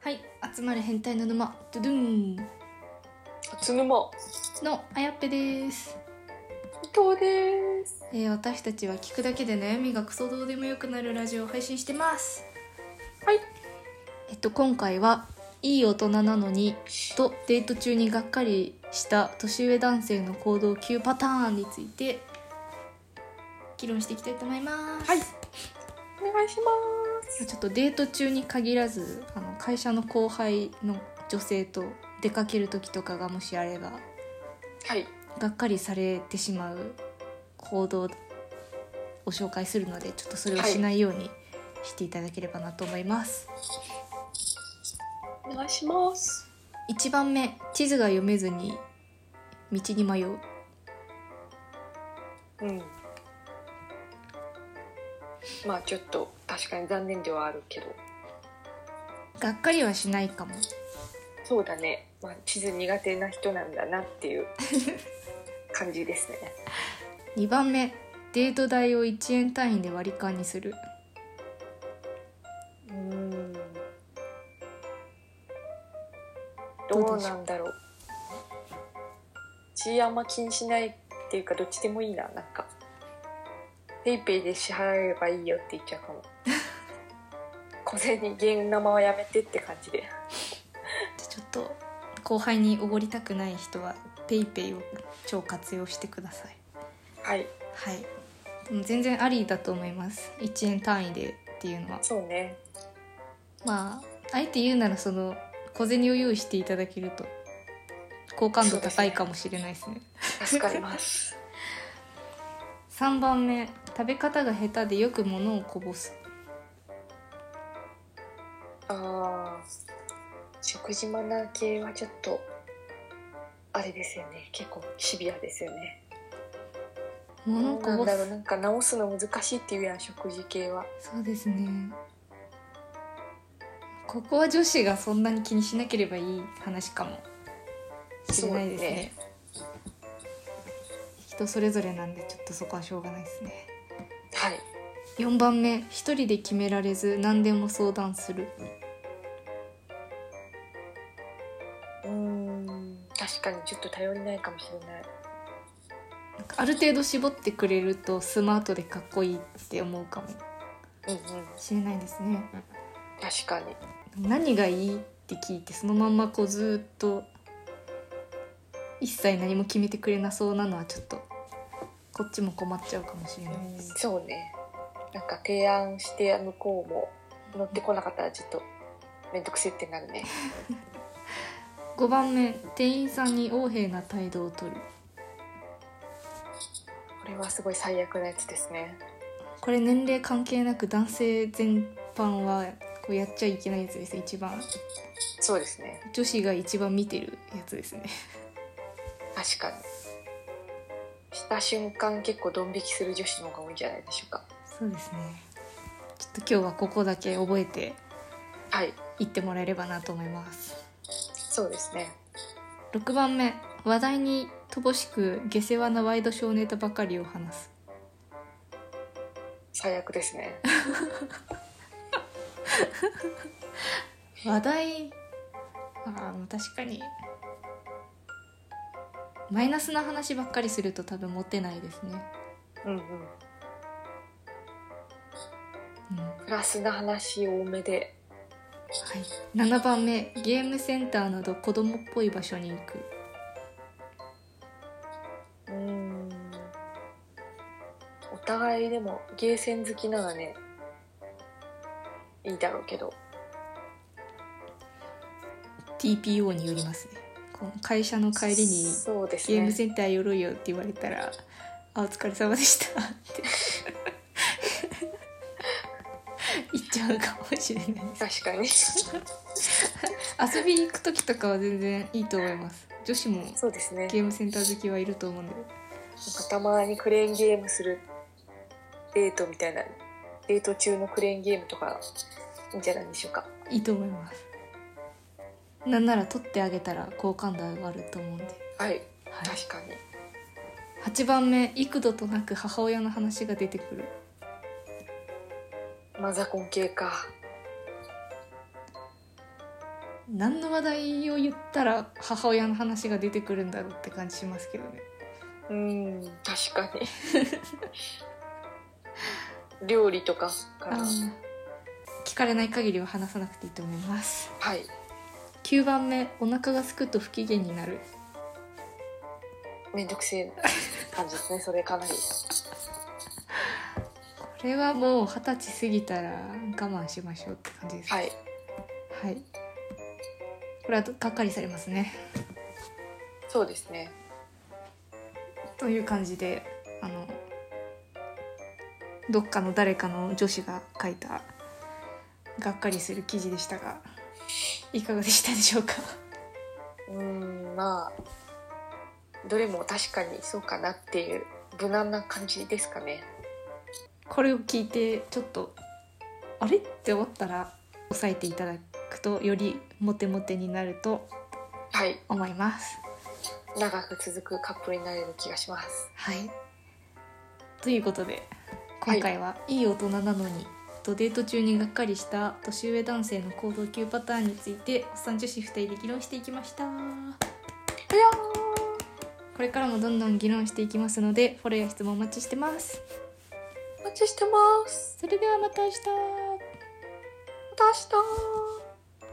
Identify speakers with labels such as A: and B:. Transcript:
A: はい集まれ変態の沼ドゥドゥン
B: つぬま
A: のあやっぺです
B: 伊藤です
A: えー私たちは聞くだけで悩みがクソどうでもよくなるラジオを配信してます
B: はい
A: えっと今回はいい大人なのにとデート中にがっかりした年上男性の行動9パターンについて議論していきたいと思います、
B: はいお願いします
A: ちょっとデート中に限らずあの会社の後輩の女性と出かける時とかがもしあれば
B: はい
A: がっかりされてしまう行動を紹介するのでちょっとそれをしないようにしていただければなと思います、
B: お願いします
A: 1番目地図が読めずに道に迷う
B: うんまあちょっと確かに残念ではあるけど
A: がっかりはしないかも
B: そうだね、まあ、地図苦手な人なんだなっていう感じですね
A: 2番目デート代を1円単位で割り勘にする
B: うんどうなんだろう血あんま気にしないっていうかどっちでもいいななんかペイペイで支払えばいいよって言っちゃうか も小銭現生はやめてって感じで
A: じゃあちょっと後輩におごりたくない人はペイペイを超活用してください
B: はい
A: はいでも全然ありだと思います1円単位でっていうのは
B: そうね
A: まああえて言うならその小銭を用意していただけると好感度高いかもしれないですね
B: 助かります
A: 3番目食べ方が下手でよく物をこぼす
B: あー食事マナー系はちょっとあれですよね結構シビアですよね
A: 物をこ
B: なん
A: ぼ
B: だろう
A: す
B: なんか直すの難しいっていうやん食事系は
A: そうですねここは女子がそんなに気にしなければいい話かもしれないですね人それぞれなんでちょっとそこはしょうがないですね
B: そうねはい
A: 4番目一人で決められず何でも相談する
B: うーん確かにちょっと頼りないかもしれない
A: なんかある程度絞ってくれるとスマートでかっこいいって思うかも
B: うんうん
A: しれないですね
B: 確かに
A: 何がいいって聞いてそのまんまこうずっと一切何も決めてくれなそうなのはちょっとこっちも困っちゃうかもしれないです
B: そうねなんか提案して向こうも乗ってこなかったらちょっと面倒くせえってなるね
A: 5番目店員さんに横柄な態度を取る
B: これはすごい最悪なやつですね
A: これ年齢関係なく男性全般はこうやっちゃいけないやつです一番
B: そうですね
A: 女子が一番見てるやつですね
B: 確かにした瞬間結構ドン引きする女子の方が多いんじゃないでしょうか
A: そうですねちょっと今日はここだけ覚えて
B: はい
A: 行ってもらえればなと思います
B: そうですね
A: 6番目話題に乏しく下世話なワイドショーネタばかりを話す
B: 最悪ですね
A: 話題ああ確かにマイナスな話ばっかりすると多分モテないですね、
B: うんうん
A: うんは
B: プラスな話多めで
A: い、7番目ゲームセンターなど子供っぽい場所に行く
B: うーんお互いでもゲーセン好きならねいいだろうけど
A: TPO によりますねこう会社の帰りに
B: そうです
A: ゲーム
B: ね
A: センター寄ろうよって言われたら「あお疲れ様でした」って 言っちゃうかもしれないです
B: 確かに そ
A: 遊びに行く時とかは全然いいと思います女子も
B: うですね
A: ゲームセンター好きはいると思うんで
B: たまにクレーンゲームするデートみたいなデート中のクレーンゲームとかいいんじゃないでしょうか
A: いいと思いますなんなら取ってあげたら好感度上がると思うんで、
B: はい
A: はい、
B: 確かに
A: 8番目幾度となく母親の話が出てくる
B: マザコン系か
A: 何の話題を言ったら母親の話が出てくるんだろうって感じしますけどね
B: うん 確かに料理とかか
A: あ
B: ら
A: ー聞かれない限りは話さなくていいと思います
B: はい
A: 9番目お腹がすくと不機嫌になる
B: めんどくせえ感じですねそれかなり
A: これはもう二十歳過ぎたら我慢しましょうって感じです
B: はい
A: はい、これはがっかりされますね
B: そうですね
A: という感じであのどっかの誰かの女子が書いたがっかりする記事でしたがいかがでしたでしょうか
B: うんまあどれも確かにそうかなっていう無難な感じですかね
A: これを聞いてちょっとあれって思ったら押さえていただくとよりモテモテになると
B: はい
A: 思います。
B: 長く続くカップルになれる気がします
A: はいということで今回は、い、い大人なのに」とデート中にがっかりした年上男性の行動級パターンについておっさん女子2人で議論していきました
B: いや
A: これからもどんどん議論していきますのでフォローや質問お待ちしてます
B: ーお待ちしてます
A: それではまた明日
B: また明日